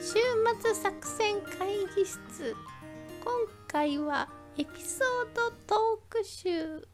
末作戦会議室今回はエピソードトーク集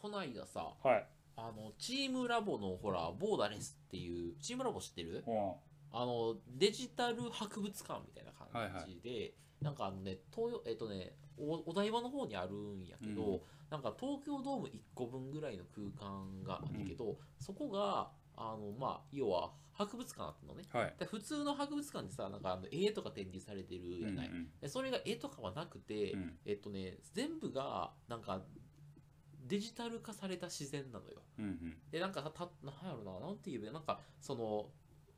こないださはい。あのチームラボのほらボーダレスっていうチームラボ知ってるうん。あのデジタル博物館みたいな感じで、なんかあのね東洋えっとねおお台場の方にあるんやけど、うんなんか東京ドーム1個分ぐらいの空間があるけど、そこがあのまあ要は博物館だったのねはい。で普通の博物館でさなんかあの絵とか展示されてるやない、うんでそれが絵とかはなくて、うんえっとね全部がなんかデジタル化された自然なのようんうんでなんかたなんやろななんて言えばいいなんかその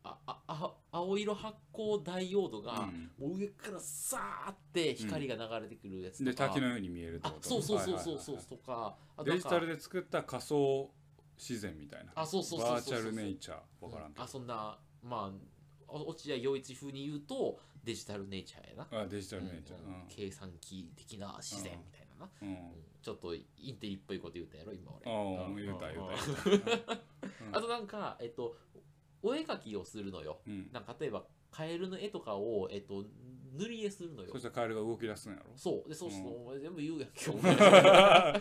あああ青色発光ダイオードうが、んもう上からさーって光が流れてくるやつでとか、滝のように見えるってあことそうそうそうそうはいはいそうはいとかあデジタルでで作った仮想自然みたいなあそうそうそうそうバーそうチャルネイチャーわからんけあそんなまあお落合陽一風に言うとデジタルネイチャーやなどあデジタルネイチャーうんうん計算機的な自然みたいなな、うんちょっとインテリっぽいこと言ったやろ今俺ああうん言うたうん言うた言うたうんあとなんかえっとお絵描きをするのようんなんか例えばカエルの絵とかをえっと塗り絵するのよそしたらカエルが動き出すんやろそうでそうそう、うお前全部言うやん 今日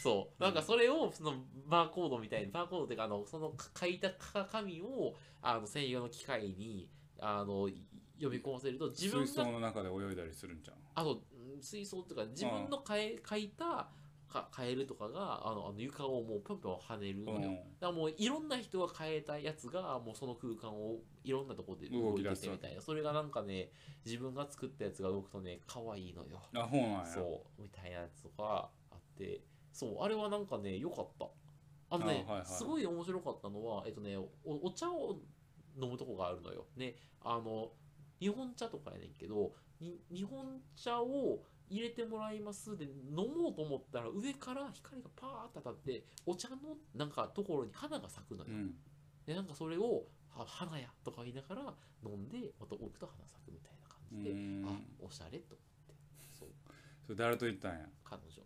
そうなんかそれをそのバーコードみたいにバーコードっていうかあのその書いた紙をあの専用の機械にあのい読み込ませると自分水槽がの中で泳いだりするんじゃんあとうん水槽とか自分のかえ描いたかカエルとかがあのあの床をもうぴょんぴょん跳ねるのよ、うんだからもういろんな人が変えたやつがもうその空間をいろんなところで動いててみたいなそれがなんかね自分が作ったやつが動くとね可愛いのよあほうなんやそうみたいなやつとかあってそうあれはなんかね良かったあのねあはいはいすごい面白かったのはえっとねおお茶を飲むとこがあるのよねあの日本茶とかやねんけどに日本茶を入れてもらいますで飲もうと思ったら上から光がパーッと当たってお茶のなんかところに花が咲くのよ、うんでなんかそれをは花やとか言いながら飲んでまた奥と花咲くみたいな感うじで、んあおしゃれとそうそれ誰と行ったんや彼女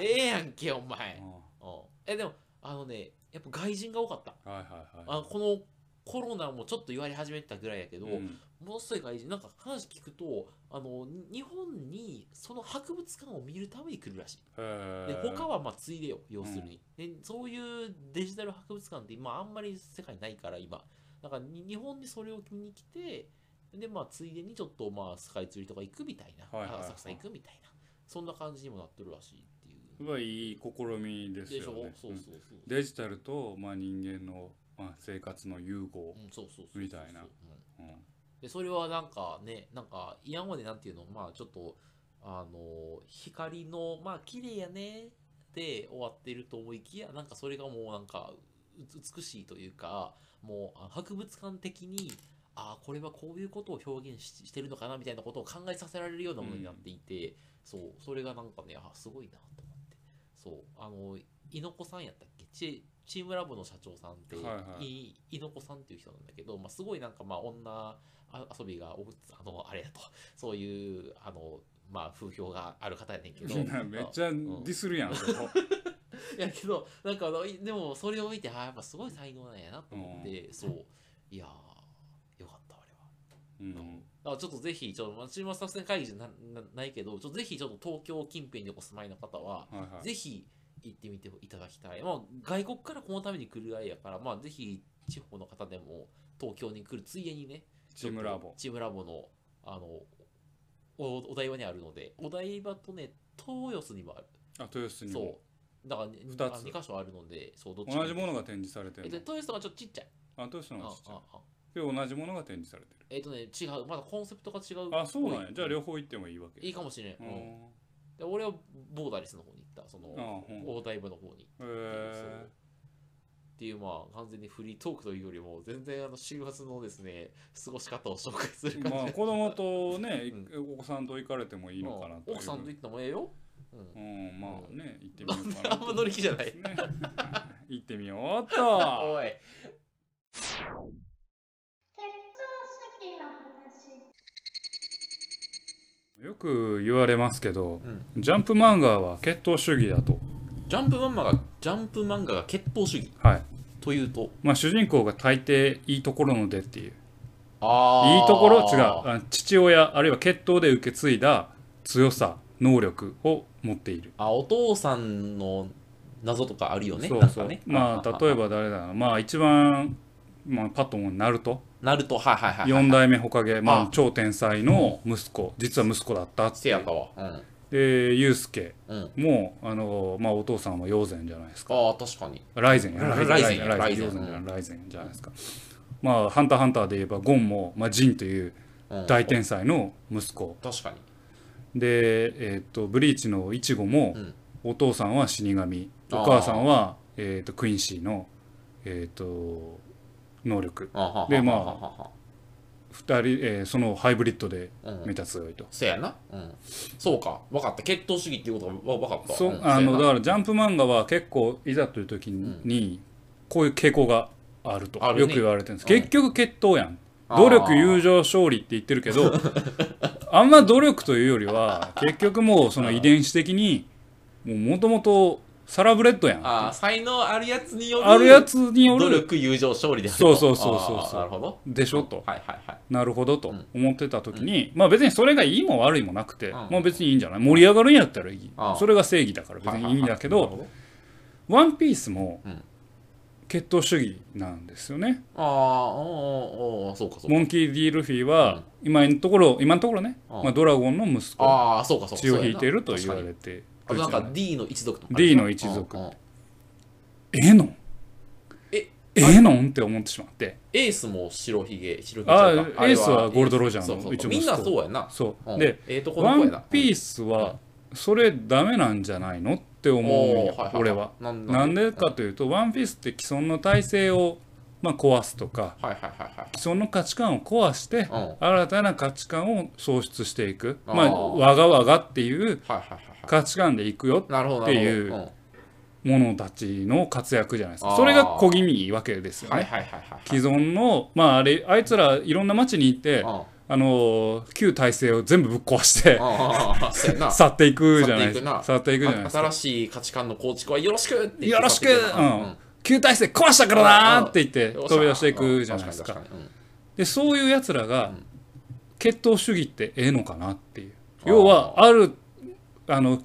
ええやんけお前あうんえでもあのねやっぱ外人が多かったはいはいはいあこのコロナもちょっと言われ始めてたぐらいやけど、うんものすごい外人なんか話聞くとあのに日本にその博物館を見るために来るらしいへーで他はまあついでよ要するに、でそういうデジタル博物館って今あんまり世界にないから今だからに日本にそれを見に来てでまあついでにちょっとまあスカイツリーとか行くみたいな、はいはいはいあ浅草行くみたいなそんな感じにもなってるらしいっていうすごいいい試みですでしょ、よねそうそうそう、デジタルと、まあ、人間の、まあ、生活の融合う、ん、そうそうそうそうみたいなうんうんでそれはなんかねなんか今までなんていうのまあちょっとあの光のまあ綺麗やねで終わってると思いきやなんかそれがもうなんかう美しいというかもうあ博物館的にああこれはこういうことを表現ししてるのかなみたいなことを考えさせられるようなものになっていて、そうそれがなんかねあすごいなと思ってそうあの猪子さんやったっけチチームラボの社長さんって、はいはいい猪子さんっていう人なんだけど、まあ、すごいなんかまあ女あ遊びがおあのあれやとそういうあのまあ風評がある方やねんけどめっちゃディスるやん、そこやけどなんかあのいでもそれを見てあーやっぱすごい才能なんやなと思って、そういやーよかったあれは。うんだからちょっとぜひ、ちょっと、松島作戦会議じゃななないけど、ちょっとぜひ、ちょっと東京近辺にお住まいの方は、はいはいぜひ行ってみていただきたい。まあ、外国からこのために来るぐらいやから、まあ、ぜひ、地方の方でも、東京に来るついでにね、チームラボチームラボの、あの、おお台場にあるので、お台場とね、東四にもある。あ豊洲にもそう。だから、ね、二つ2箇所あるので、そう、どっちも同じものが展示されてえるっと、豊洲とかちょっとちっちゃい。あ豊洲のあ方がちっちゃいああで同じものが展示されてるえっとね、違う。まだコンセプトが違う。あそうなんやじゃあ両方行ってもいいわけいいかもしれん。ううんんで俺はボーダレスの方に行ったそのあほん大台部の方に行っへてそうえっていうまあ完全にフリートークというよりも全然あの週末のですね過ごし方を紹介する感じまあ子供とね、うお子さんと行かれてもいいのかなうん奥さんと行行ってもええよ、うんうんまあね行ってみなよんうでかあなとんま乗り気じゃないですね 行ってみようっあとおいよく言われますけど、うんジャンプ漫画は血統主義だとジャンプマンマがジャンプ漫画が血統主義はいというと、まあ、主人公が大抵いいところの出っていうあーいいところ違うあ父親あるいは血統で受け継いだ強さ能力を持っている、あ、お父さんの謎とかあるよね。そうなんそかう、ね。まあ例え。ば誰だろうまあ一番、まあ、パッと思うナルトなると、はいはいはい。 4代目ほかげ、まああ、超天才の息子実は息子だったっせていうやかわ。うん。でユウスケうん。もあの、まあ、お父さんは陽禅じゃないですかああ、確かに。ライゼンやライライゼライゼンンライゼンライゼン陽禅じゃないライゼンじゃないですかまあハンターハンターで言えばゴンも、まあ、ジンといううん大天才の息子確かに。で、えー、とブリーチのイチゴも、うんお父さんは死神あーお母さんは、えー、とクインシーの、えー、と能力あははでまあははは2人、えーそのハイブリッドではうめん。ちゃ強いと。せやな。うん。そうか。わかった。血統主義っていうことはわかった。そんあせやのなだからジャンプ漫画は結構いざという時に、こういう傾向があるとあるねよく言われてるんですうん結局決闘やんあー努力友情勝利って言ってる けどあんま努力というよりは結局もうその遺伝子的にもともとサラブレッドやんああ、才能あるやつによる。あるやつによ努る力、友情、勝利であるそうそうそうそうあーなるほど。でしょとはいはいはい。なるほどとうん思ってた時に、まあ別にそれがいいも悪いもなくて、んまあ別にいいんじゃない盛り上がるんやったらいいああそれが正義だから別にいいんだけど、はいはいはいワンピースもうん血統主義なんですよね、ああ、おーおーおーそうかそうか。モンキー・ディ・ルフィは今のところ今のところね、うんまあ、ドラゴンの息子ああ、そうかそうか。血を引いてるとそうや言なわれてあとなんかる D の一族とか D の一族うんうんええのえええのんって思ってしまってエースも白ひげ白ひげちあゃうかあエースはゴールド・ロジャそうーそのう一そ応うみ息んなそ子うやなそう、うんでええとこのワ子やンなピースはそれダメなんじゃないのって思うんおよーいいい俺は。なんなんでかというとワンピースって既存の体制をまあ壊すとかはいはいはい既存の価値観を壊してはいうんはい新たな価値観を創出していくまああーわがわがっていうはいはいは価値観でいくよいなるほどっなてるほどいううんはい者たちの活躍じゃないですあかーそれが小気味いいわけですよはいねはいはい既存のまああれあいつらいろんな町に行ってはいあのー旧体制を全部ぶっ壊してうんうんうんうんそうやな去っていくじゃないですか去去っていくじゃないですか新しい価値観の構築はよろしくって言ってよろしく去っていくなうん旧体制壊したからなーって言ってよっしゃ飛び出していくじゃないですかうん確に確でそういうやつらうがん血統主義ってええのかなっていうかにうん要はああるあの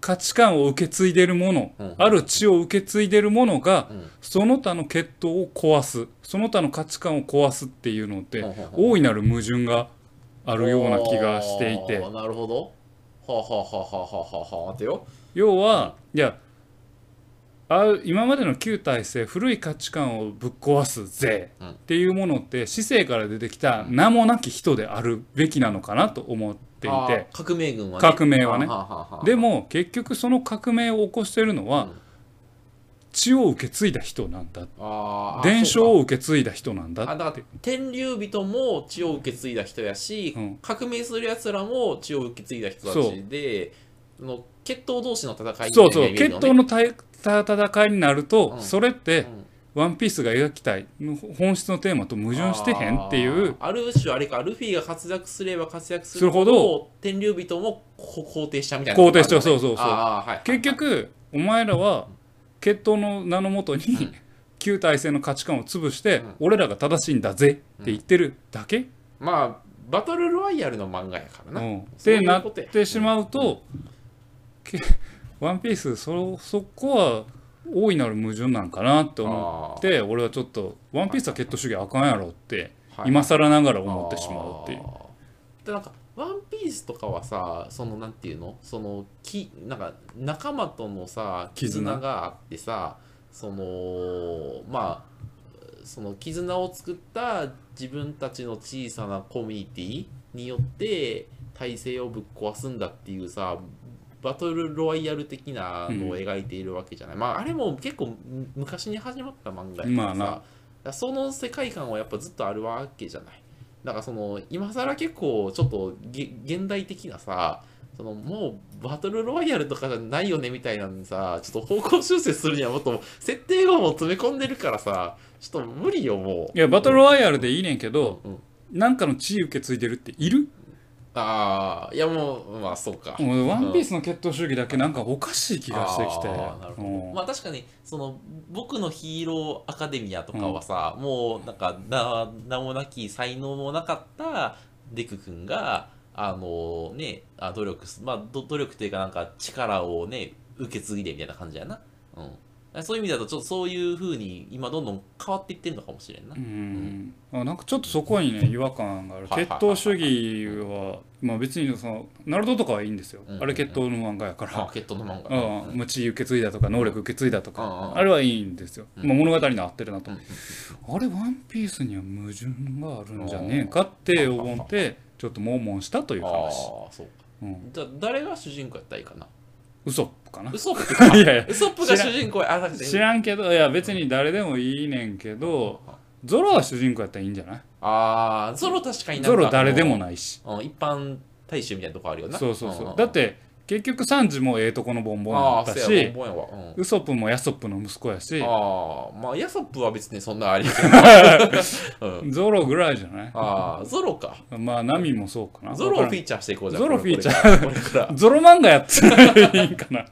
価値観を受け継いでるものうんある血を受け継いでるものがーうんその他の血統を壊すその他の価値観を壊すっていうのってほうほうほう大いなる矛盾があるような気がしていておーなるほどはあはあはあはあはあはあ待てよ要はいやあ今までの旧体制古い価値観をぶっ壊すぜうんっていうものって市政から出てきたうん名もなき人であるべきなのかなと思っていあーて革命軍はね革命はねあはあはあはあでも結局その革命を起こしてるのうはん血を受け継いだ人なんだあー伝承そうを受け継いだ人なんだかあだっかてら天竜人も血を受け継いだ人やし、うん革命するやつらも血を受け継いだ人たそうちでその血統同士の戦いみたいなそうそうイメージ決のね闘の対た戦いになるとうんそれってうん「ワンピースが描きたい本質のテーマと矛盾してへんっていうあーある種あれかルフィが活躍すれば活躍すするるほほどど天竜人もこ肯定しちゃうみたいな肯定しちゃうそうそうそうあーはい結局お前らは決闘の名のもとうにん旧体制の価値観を潰してうん俺らが正しいんだぜって言ってるだけ、まあバトルロワイヤルの漫画やからうな、んっそうていなうっことやてしまうと「けワンピースそそこは大いなる矛盾なんかなって思あっーて俺はちょっと「ワンピースは決闘主義あかんやろ」ってはい今更ながら思ってしまうっていうあ。ーでなんかワンピースとかはさそのなんていうのそのきなんか仲間とのさ絆絆があってさそのまあその絆を作った自分たちの小さなコミュニティによって体制をぶっ壊すんだっていうさバトルロワイヤル的なのを描いているわけじゃない、まああれも結構む昔に始まった漫画やからさ、まあなだからその世界観はやっぱずっとあるわけじゃないだからその今更結構ちょっとげ現代的なさそのもうバトルロワイヤルとかじゃないよねみたいなのにさちょっと方向修正するにはもっと設定がもう詰め込んでるからさちょっと無理よもういやバトルロワイヤルでいいねんけうんどうんなんかの地位受け継いでるっているああ、いやもう、まあそうか。もうワンピースの血統主義だけなんかおかしい気がしてきて、あーなるほどうんまあ確かにその僕のヒーローアカデミアとかはさ、もうなんかな名もなき才能もなかったデク君があのねあ努力すまあど努力というかなんか力をね受け継いでみたいな感じやな、うん、そういう意味だとちょっとそういう風に今どんどん変わっていってるのかもしれんな、うんあなんかちょっとそこにね違和感があるはいはい血統主義は、まあ、別にそのナルトとかはいいんですよ、うんあれ血統の漫画やかマらー、ケットの漫画、うん、無知受け継いだとか能力受け継いだとか、うんうんあれはいいんですよ、うんまあ、物語に合ってるなと、うんあれワンピースには矛盾があるんじゃねえかって思ってちょっと悶々したというああ話、そうかうん、じゃあ誰が主人公やったらいいかなウソップかなウソップ かいやいやウソップが主人公やあだって知らんけどいや別に誰でもいいねんけどゾロは主人公やったらいいんじゃないああゾロ確かになんかゾロ誰でもい、ないしうん、一般大衆みたいなとこあるよなそうそうそうだだっってて結局サンジもええとこのボンボンあだあったそうやしボンボンやわ、うんウソップもヤソップの息子やしああまあヤソップは別にそんなありえ ない、うん、ゾロぐらいじゃないああゾロかまあナミもそうかなゾロをわフィからーんチャーしていこうじゃんゾロフィーチャーこれからゾロ漫画やってないいんかな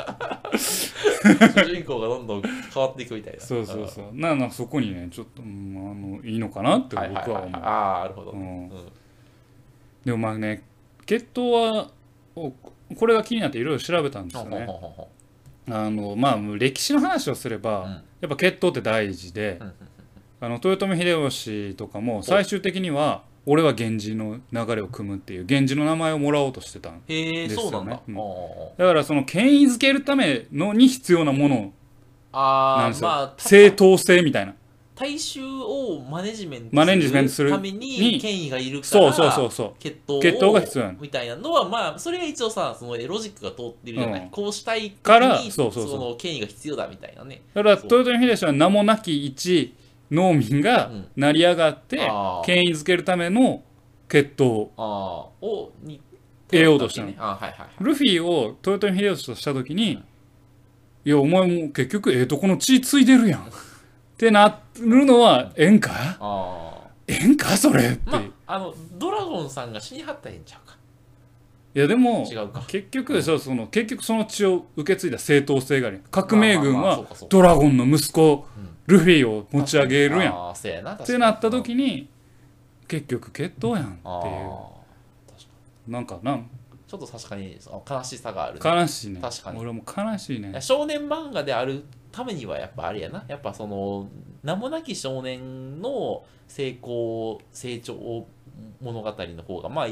これから主人公がどんどん変わっていくみたいなそうそうそう ななそこにねちょっと、うんあのいいのかなってんはい僕はいははい思うああなるほど、ううんんでもまあね血統はおこれが気になっていろいろ調べたんですほよんほんねほんほんほんあのまあ歴史の話をすれば、うんやっぱ血統って大事で、うんうんあの豊臣秀吉とかも最終的には俺は源氏の流れを組むっていう源氏の名前をもらおうとしてたんへえ、ですよそねうなんだ、うんあだからその権威づけるためのに必要なものあなあんあですよ、まあ正当性みたいな大衆をマネジメントマネジメントするためにに権威がいるかそうらそうそうそ血統を血統が必要なのみたいなのはまあそれが一応さそのロジックが通ってるじゃない、うんこうしたい時にからそうそうそうの権威が必要だみたいなねうだから豊臣秀吉は名もなき一農民がうん成り上がって、あー権威づけるための血統ああをに得ようとしたのああはいはいはいルフィを豊臣秀吉とした時に「いやお前も結局ええとこの血ついでるやん」ってなるのはええんかああええんかそれって、まいああのドラゴンさんが死にはったらええんちゃうかやでも違うか結局そうその結局その血を受け継いだ正当性があるやん革命軍まあまあまあそうはかそうかドラゴンの息子うんルフィを持ち上げるやんっああそうやなってなった時に結局決闘やんってああ確いかうなんかなんにちょっと確かにその悲しさがあるね悲しいね確かに俺も悲しいいねや少年漫画であるためにはやっぱあれやなやっぱその名もなき少年の成功成長物語の方がまあ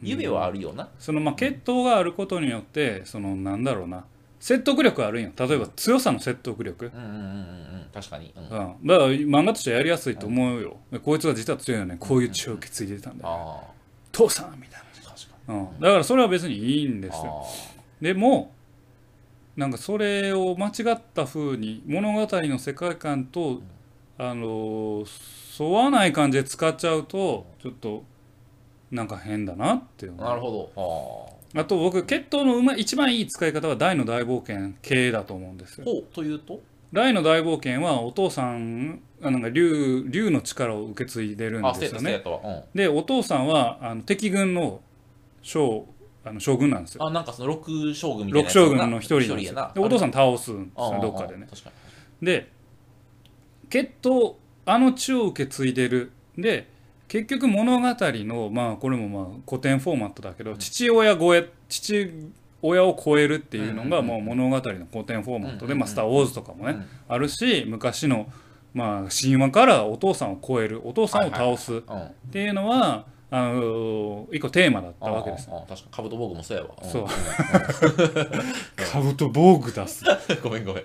夢はあるよな、そのまあ血統があることによってそのなんだろうな説得力あるんよ例えば強さの説得力、うん、うんうんうんうん確かに、うんうん、だあから漫画としてはやりやすいと思うよ、こいつは実は強いよねこういう血を受け継いでたんだよ、あ父さんみたい確かな、うん、だからそれは別にいいんでにすよあでもなんかそれを間違った風に物語の世界観と、あのー沿わない感じで使っちゃうとちょっとなんか変だなってあ思うなるほどあと僕血統のうま一番いい使い方は大の大冒険系だと思うんですあよほうというと大の大冒険はお父さんあなんか竜竜の力を受け継いでるんあせでやすよせやねとは、うんでお父さんはあの敵軍の将あの将軍なんですよあなんかその六将軍みたいな六やつや将な軍の一人なんですやよなでお父さんん倒すんですよどっかでね確かにで血統あの地を受け継いでるで結局物語のまあこれもまあ古典フォーマットだけど、父親超え父親を超えるっていうのがうんうんもう物語の古典フォーマットで、うんうんうんまあ、スター・ウォーズとかもね、うんあるし昔のまあ神話からお父さんを超えるお父さんを倒すっうんあていうのは、あのー一個テーマだったあわけですああ確かにカブトボーグもそうやわんそう 株と防具出す ごめんごめん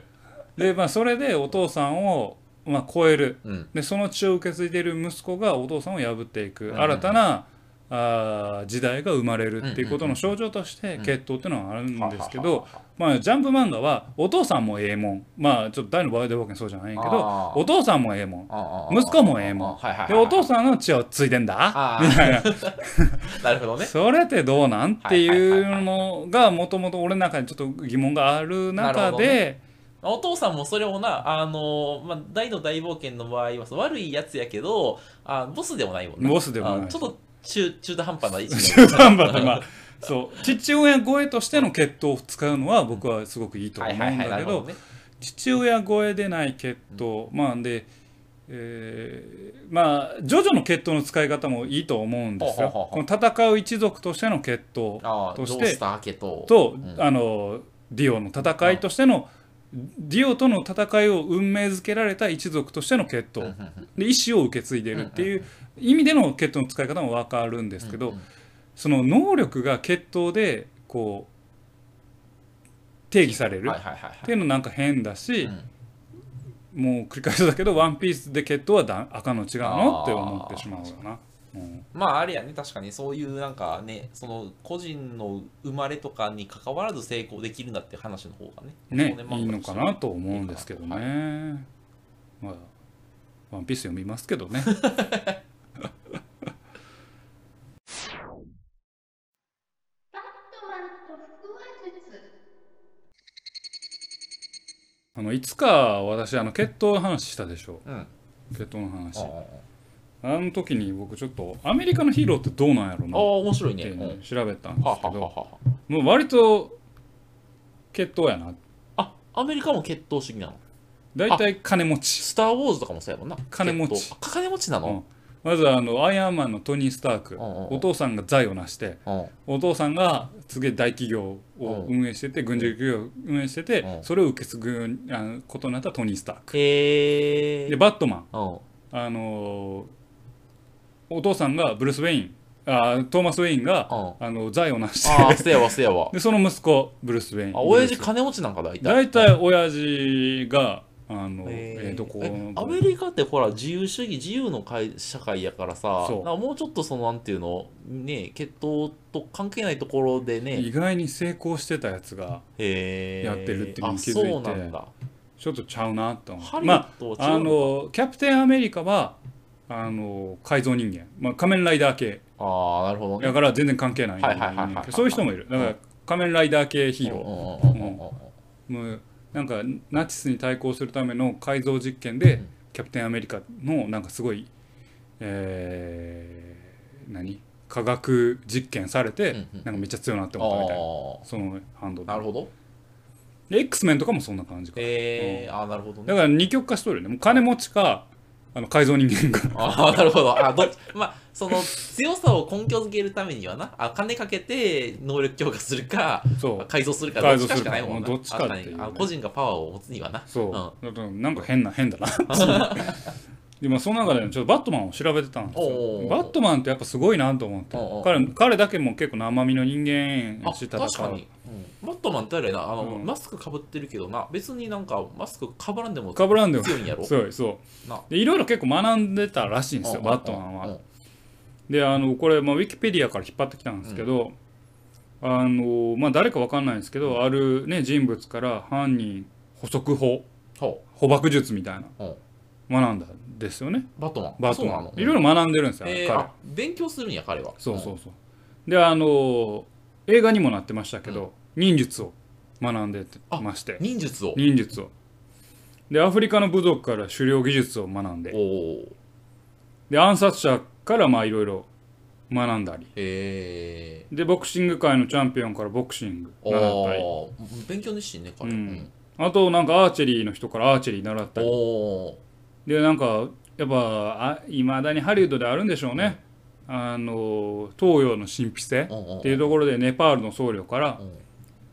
でまあそれでお父さんをまあ超えるうんでその血を受け継いでいる息子がお父さんを破っていく、うん新たなあー時代が生まれるっていうことの象徴としてんうん血統っていうのはあるんですけははど、まあ、ジャンプ漫画はお父さんもええもんまあちょっと大の場合で僕はそうじゃないけどあーお父さんもええもんああ息子もええもんあはいはいはいでお父さんの血を継いでんだああなるほどねそれってどうなんっていはいうのがもともと俺の中にちょっと疑問があるなる中ほどでお父さんもそれをなあのまあ大の大冒険の場合は悪いやつやけどあボスでもないもんなボスでもないあちょっと中中途半端な 位置中途半端でまあそう父親超えとしての血統を使うのは僕はすごくいいとは思ういはんだいはいなけるほどどね父親超えでない血統、まあで、えーまあジョジョの血統の使い方もいいと思うんですよほうほうほこの戦う一族としての血統ああとしてどうしたけどうと、んあのディオの戦いとしての、ディオとの戦いを運命づけられた一族としてのう血んう統、んうんで意思を受け継いでるっていう意味での血統の使い方も分かるんですけど、うんうんその能力が血統でこう定義されるはいっはいはいていうのなんか変だし、うんもう繰り返しだけど「ワンピースで血統はだ赤の違うあのーって思ってしまうよな。うんまああれやね確かにそういうなんかねその個人の生まれとかに関わらず成功できるんだっていう話の方がねね少年漫画としていいのかなと思うんですけどいいかなね。まあ「ワンピース読みますけど ね。あのいつか私あの血統の話したでしょうん血統の話あああの時に僕ちょっとアメリカのヒーローってどうなんあやろあなっ面白いねて、うんね、調べたんではすあはけあどはあはあもう割と血統やなあアメリカも血統主義なの大体金持ちスター・ウォーズとかもそうやもんな金持ち血統あ金持ちなの、まずあのアイアンマンのトニー・スタークんうんうんお父さんが財を成してうんお父さんがすげえ大企業を運営してて軍事企業を運営しててうんそれを受け継ぐあのことになったトニー・スタークへえでバットマンうんあのーお父さんがブルース・ウェインあートーマス・ウェインがああの財を成しあてーせやわせや わでその息子ブルース・ウェインあ親父ブルース金持ちなんか大体大体親父があの、へーえーどこえアメリカってほら自由主義自由の会社会やからさそうなんかもうちょっとそのなんていうのね血統と関係ないところでね意外に成功してたやつがへーやってるっていうのあに気づいてそうなんだちょっとちゃうなと思ってハリウまッあドは違うあのキャプテンアメリカはあの改造人間、まあ、仮面ライダー系あーなるほどねだから全然関係ないはいはいはいはいはいそういう人もいるだから仮面ライダー系ヒーロー、うんうんうんうんうんもうなんかナチスに対抗するための改造実験で、うんキャプテンアメリカのなんかすごい、えー何科学実験されて、うんうんなんかめっちゃ強なってあ思ったみたいなーそのハンドなるほどで X メンとかもそんな感じか、えー、あーなるほどねだから二極化しとるよねもう金持ちかあの改造人間かああ、なるほど。あどっちまあ、その強さを根拠づけるためにはな、あ金かけて能力強化するか、そう改造するか、ど改っ造ちかすしるかかないもんな。もうどっちかっていうねあ個人がパワーを持つにはな。そう、だからなんか変な変だな でまあその中でちょっとバットマンを調べてたんですおうおようバットマンってやっぱすごいなと思っておうおう彼彼だけも結構生身の人間うん、あやし確たらかに、うん、バットマンってあれやなあの、うんマスクかぶってるけどな別になんかマスクかぶらんでもかぶらんでも強いんやろそうそうなでいろいろ結構学んでたらしいんですようんバットマンうんうはんであのこれ、まあ、ウィキペディアから引っ張ってきたんですけど、あのまあ誰かわかんないんですけど、あるね人物から犯人捕捉法ほ捕獲術みたいなう、うん、学んだんですよねバットマンバットそうマなンのいろいろ学んでるんですよ、えー彼あ勉強するんや彼はそうそうそう。で、あの、映画にもなってましたけど、忍術を学んでてあまして、忍術を忍術を。で、アフリカの部族から狩猟技術を学んおで、おで、暗殺者からまあいろいろ学んだり、へえで、ボクシング界のチャンピオンからボクシングあ習ったり、ー勉強熱心ね彼、うんあとなんかアーチェリーの人からアーチェリー習ったり、おおで、なんか、やっぱ、いまだにハリウッドであるんでしょうね。あの東洋の神秘性っっていうところでネパールの僧侶から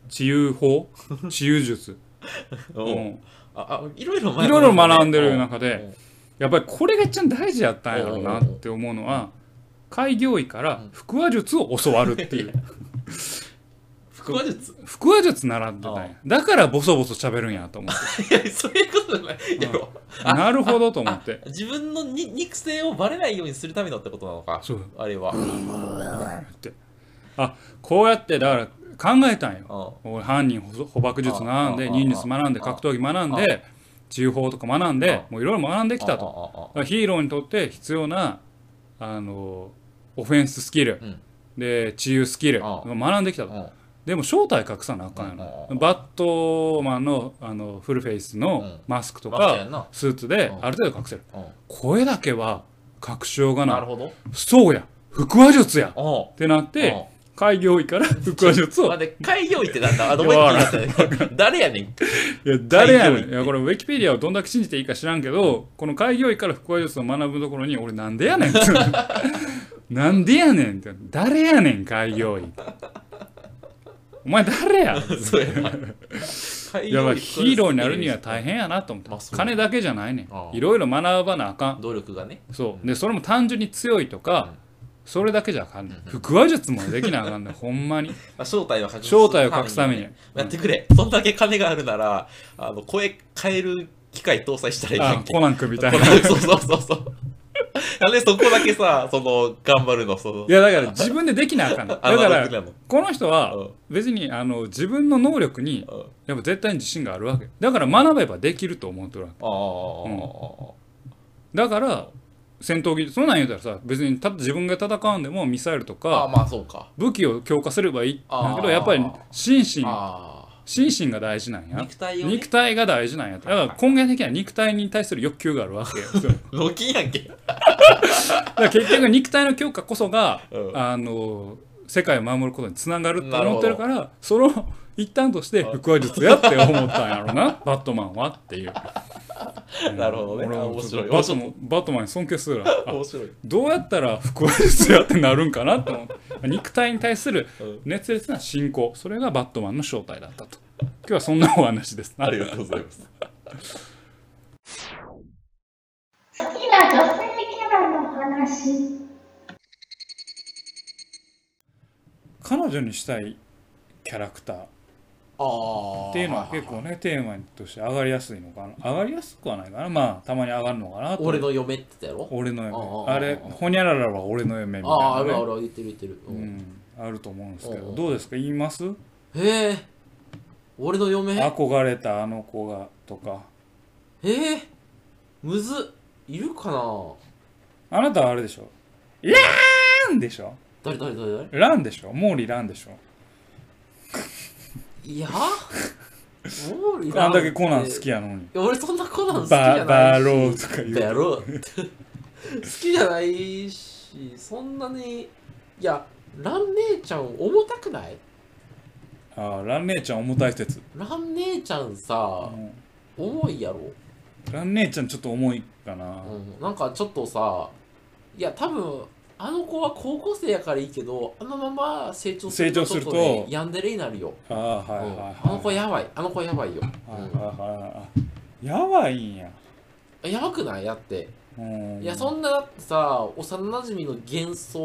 治癒法治癒 術、うんああいろいろいろいろ学んでる中中でやっぱりこれが一番大事やったんやろうなうんって思うのは開業医から腹話術を教わるっていう 腹話術腹話術習ってたんやだからボソボソ喋るんやと思っ いやそういうことじゃないやろてなるほどと思って自分のに肉声をバレないようにするためのってことなのかそうあれはあこうやってだから考えたんよあ俺犯人捕捕獲術学んあであ忍術学んであ格闘技学んで治癒法とか学んであもういろいろ学んできたととヒーローにとって必要なあのオフェンススキル、うんで治癒スキルああ学んできたとでも正体隠さなあかんやろ、うんバットマンのあのフルフェイスうのんマスクとバカか、やんなスーツでうんある程度隠せる、うん声だけは隠しようがななるいほどそうや腹話術やっおうてなって、開業医から 腹話術をま、で開業医ってなんだあの思いっきりだったよ誰やねんいや、誰や開業医ねっん。ていや、これ、ウィキペディアをどんだけ信じていいか知らんけど、この開業医から腹話術を学ぶところに、俺、なんでやねん って。なんでやねんって。誰やねん、開業医。お前、誰やそうやな開いや、まあ医ヒーローになるには大変やなと思まあっそた。う金だけじゃないねああん。いろいろ学ばなあかん。努力がねそう。で、それも単純に強いとかうん、それだけじゃあかんねん。腹話術もできなあかんねん、ほ んまに。まあ正体を隠す正体を隠すために。やってくれそんだけ金があるならあの声変える機械搭載したらいいやあん、けコナン君みた いな。そうそうそうそうなんでそこだけさその頑張るのそのいやだから自分でできなあかんのだあかまだできないらのこの人うはん別にあの自分の能力にうんあやっぱ絶対に自信があるわけだから学べばできると思うとるわけあだから戦闘技術そんなん言うたらさ別にた自分が戦うんでもミサイルとああかまあそうか武器を強化すればいいんだけどあーやっぱり心身あ心身が大事なんあや肉体を、ね肉、体が大事なんやだから根源的には肉体に対する欲求があるわけ よそうロキやんけだから結局肉体の強化こそがうんあの世界を守ることにつながるってなるほ思どってるからその一端として腹話術やって思ったんやろな バットマンはっていう。うん なるほどね俺はあ面白いバットマンバットマンに尊敬するわあ面白い、どうやったら腹話術やってなるんかなって思って 肉体に対するうん熱烈な信仰それがバットマンの正体だったと今日はそんなお話ですありがとうございます好きな女性キャラの話。彼女にしたいキャラクターああっていうのは結構ねテーマとして上がりやすいのかな上がりやすくはないかなまあたまに上がるのかなと俺の嫁って言ったやろ俺の嫁あああれほにゃららは俺の嫁みたいな、ね、ああーあるある言ってる言ってる、ううんん、あると思うんですけうんうどんどうですか言いますへえ俺の嫁へ憧れたあの子がとかえむずっいるかなあなたはあれでしょラーンでしょ誰誰誰誰ランでしょ毛利ランでしょい やモーリーあんだけコナン好きやのにいや俺そんなコナン好きじバゃバないしローとか言バうロー って好きじゃないしそんなにいや蘭姉ちゃん重たくないああラン姉ちゃん重たい説蘭姉ちゃんさうん重いやろ、ラン姉ちゃんちょっと重いかなうん、なんかちょっとさいや多分あの子は高校生やからいいけどあのまま成長する成長するとちょっねヤンデレになるよ、ああはいはいうんはいあの子やばいあの子やばいよ、はいはいうんはいやばいんや。やばくないやってうんいやそんなだってさ幼馴染の幻想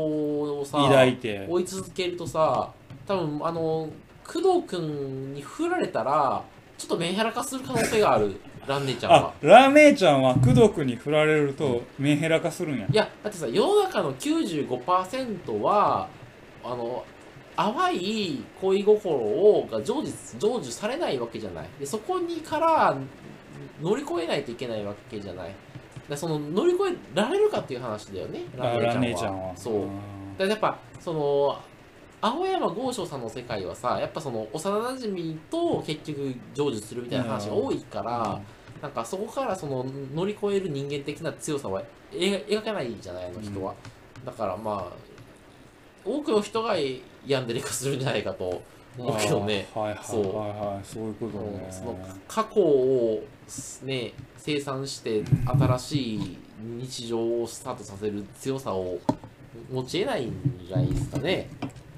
をさ抱いて。追い続けるとさ多分あの工藤君に振られたらちょっとメンヘラ化する可能性があるラン姉ちゃんあは、ラーメイちゃんは工藤君に振られるとメンヘラ化するんやい。やだってさ世の中の95%はあの淡い恋心をが成就成就されないわけじゃないでそこにから乗り越えないといけないわけじゃないでその乗り越えられるかっていう話だよねあラーメイちゃんは。そうだからやっぱその青山剛昌さんの世界はさやっぱその幼馴染と結局成就するみたいな話が多いから、なんかそこからその乗り越える人間的な強さは描描かないじゃないあの人は、だからまあ多くの人が病んで劣化するんじゃないかと思うけどねあーはいはいそうはいはい。そういうことね。その過去をね生産して新しい日常をスタートさせる強さを持ち得ないんじゃないですかね。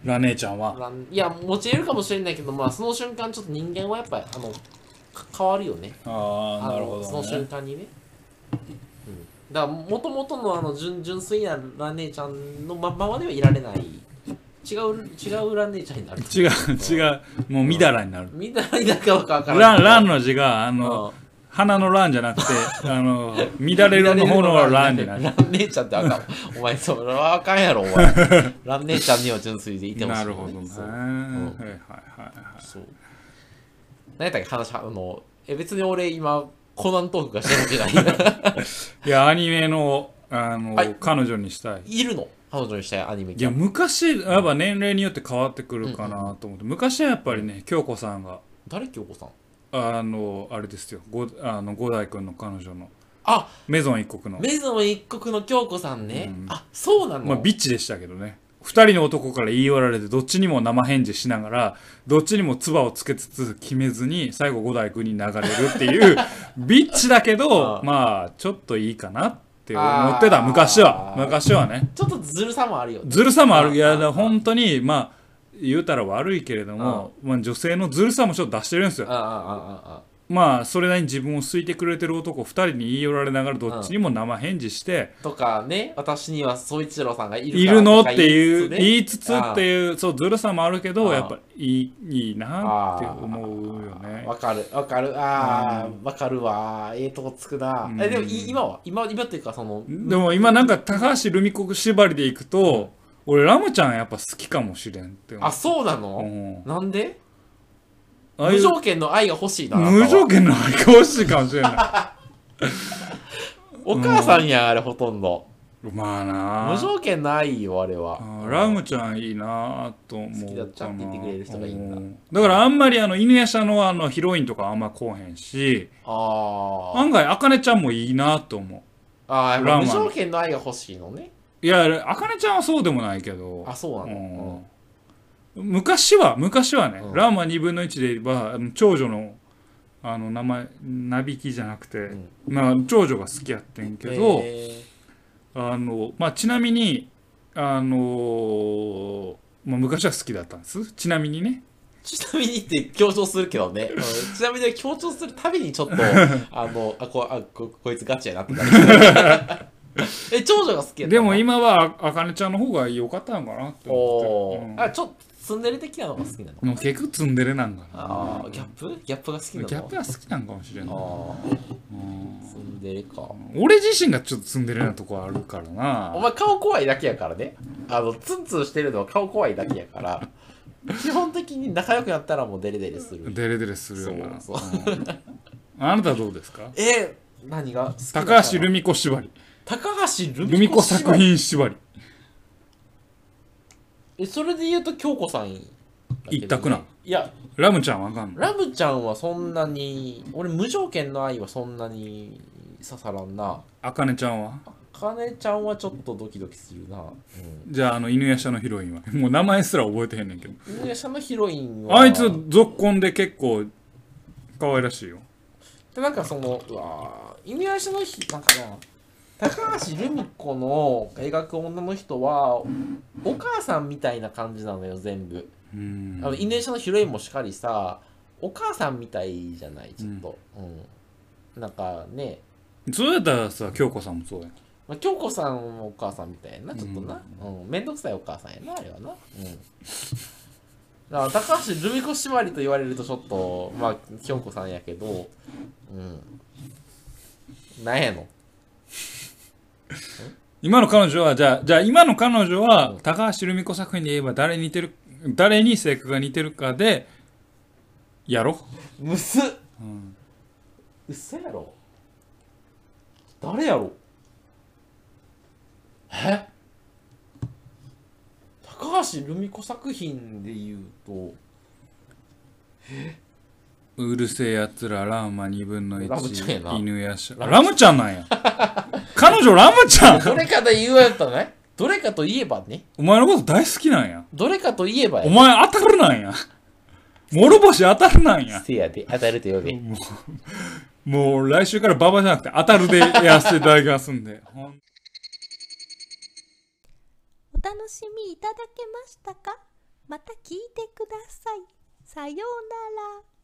ラーメイちゃんは。なんいや持ち得るかもしれないけど、まあ、その瞬間ちょっと人間はやっぱりあのか変わるよねああ、なるほあのそのど瞬ね。間にね、うん、だからもともとのあの純純粋なラ姉ちゃんのまままではいられない違う違うラ姉ちゃんになる違う違う。もうみだらになる。みんな何だかわからんけどラン、ランの字が、あうの、ん花のランじゃなくて、 あの、乱れるの方のランになる。ラン姉ちゃんってあかん。お前、それはあかんやろ、お 前。ラン姉ちゃんには純粋でいてほしい、なるほどね。そはいうはいはいはい。そう。何やったっけ、話は、あの、え、別に俺、今、コナントークがしてるわけ ない。いや、アニメの、あの、はい彼女にしたい。いるの彼女にしたいアニメいや、昔、やっぱ年齢によって変わってくるかなと思って、昔はやっぱりね、京子さんが、誰京子さんあの、あれですよ、ごあの五代君の彼女の、あメゾン一国の、メゾン一国の京子さんね、うんあそうなの、まあ、ビッチでしたけどね2人の男から言い寄られてどっちにも生返事しながらどっちにも唾をつけつつ決めずに最後五代君に流れるっていう ビッチだけどああまあちょっといいかなって思ってた昔はああ昔はねちょっとずるさもあるよねずるさもあるいやああだ本当にまあ言うたら悪いけれどもまあ、女性のずるさもちょっと出してるんですよあああああまあそれなりに自分を好いてくれてる男2人に言い寄られながらどっちにも生返事してとかね私には総一郎さんがいるいからるのとっかていう言言いつつっていうそうずるさもあるけどああやっぱいいいいなってああ思うよねわかるわかるああうわかるわええとこつくな、うんえでもい今は今今っていうかそのでも今なんか高橋留美子縛りでいくと俺ラムちゃんやっぱ好きかもしれんって思うあそうなうの、んなんでああい無う条件の愛が欲しいなあなたは無条件の愛が欲しいかもし れなお母さんやんあれほとんどいまあなあ無条件の愛よあれはあーラムちゃんいいなと思うかな好きだったって言ってくれる人がいいんだうだからあんまりあの犬夜叉のあのヒロインとかあんま来おへんしあー案外あかねちゃんもいいなと思あーやっぱラマ無条件の愛が欲しいのねういやあかねちゃんはそうでもないけどあそうなの、うん昔は昔はね、うんラーマ2分の1で言えばあの長女のあの名前なびきじゃなくて、んまあ長女が好きやってんけど、えあのまあ、ちなみにあのーまあ、昔は好きだったんですちなみにねーちなみにって強調するけどね、うんちなみに強調するたびにちょっ とあのあこあここいつガチやなってなる え長女が好きやったのでも今はあかねちゃんの方が良かったんかなってお思おっー、てあちょっとツンデレ的なのが好きなの、うん、もう結局ツンデレなんかあなあギャップギャップが好きなのギャップは好きなんかもしれない、あうんあツンデレか俺自身がちょっとツンデレなとこあるからなお前顔怖いだけやからねあのツンツンしてるのは顔怖いだけやから基本的に仲良くなったらもうデレデレするデレデレするよなそうそうんあなたどうですかえ何が好きなキャラ高橋留美子縛り高橋留留美美子子作芝居品縛りえそれで言うと京子さんだけどね一択ないやラムちゃんわかんないラムちゃんはそんなに俺無条件の愛はそんなに刺さらんなあかねちゃんはかねちゃんはちょっとドキドキするなうんじゃああの犬夜叉のヒロインは もう名前すら覚えてへんねんけど犬夜叉のヒロインはあいつ続婚で結構可愛らしいよでなんかそのうわー犬夜叉のひなんかな高橋留美子の描く女の人はお母さんみたいな感じなのよ全部うんあの犬夜叉のヒロインもしっかりさお母さんみたいじゃないちょっと、うんなんかね、そうやったらさ京子さんもそうやんまあ、京子さんもお母さんみたいやなちょっとな、うんめんどくさいお母さんやなあれはな、うん、だから高橋留美子縛りと言われるとちょっとまあ京子さんやけどうんなんやの今の彼女はじゃあじゃあ今の彼女うはん高橋留美子作品で言えば誰に似てる誰に性格が似てるかでやろむすっう、ん、嘘やろ誰やろえ高橋留美子作品で言うとうるせえやつらラーマ2分のラムちゃんやな1犬やしゃラムちゃんなんや彼女ラムちゃんどれかと言われたらねどれかといえばねお前のこと大好きなんやどれかといえばおや前当たるなんや諸星当たるなんやせやで当たると呼べもう来週からババじゃなくて当たるでやらせていただきますんでほんお楽しみいただけましたかまた聞いてください。さようなら。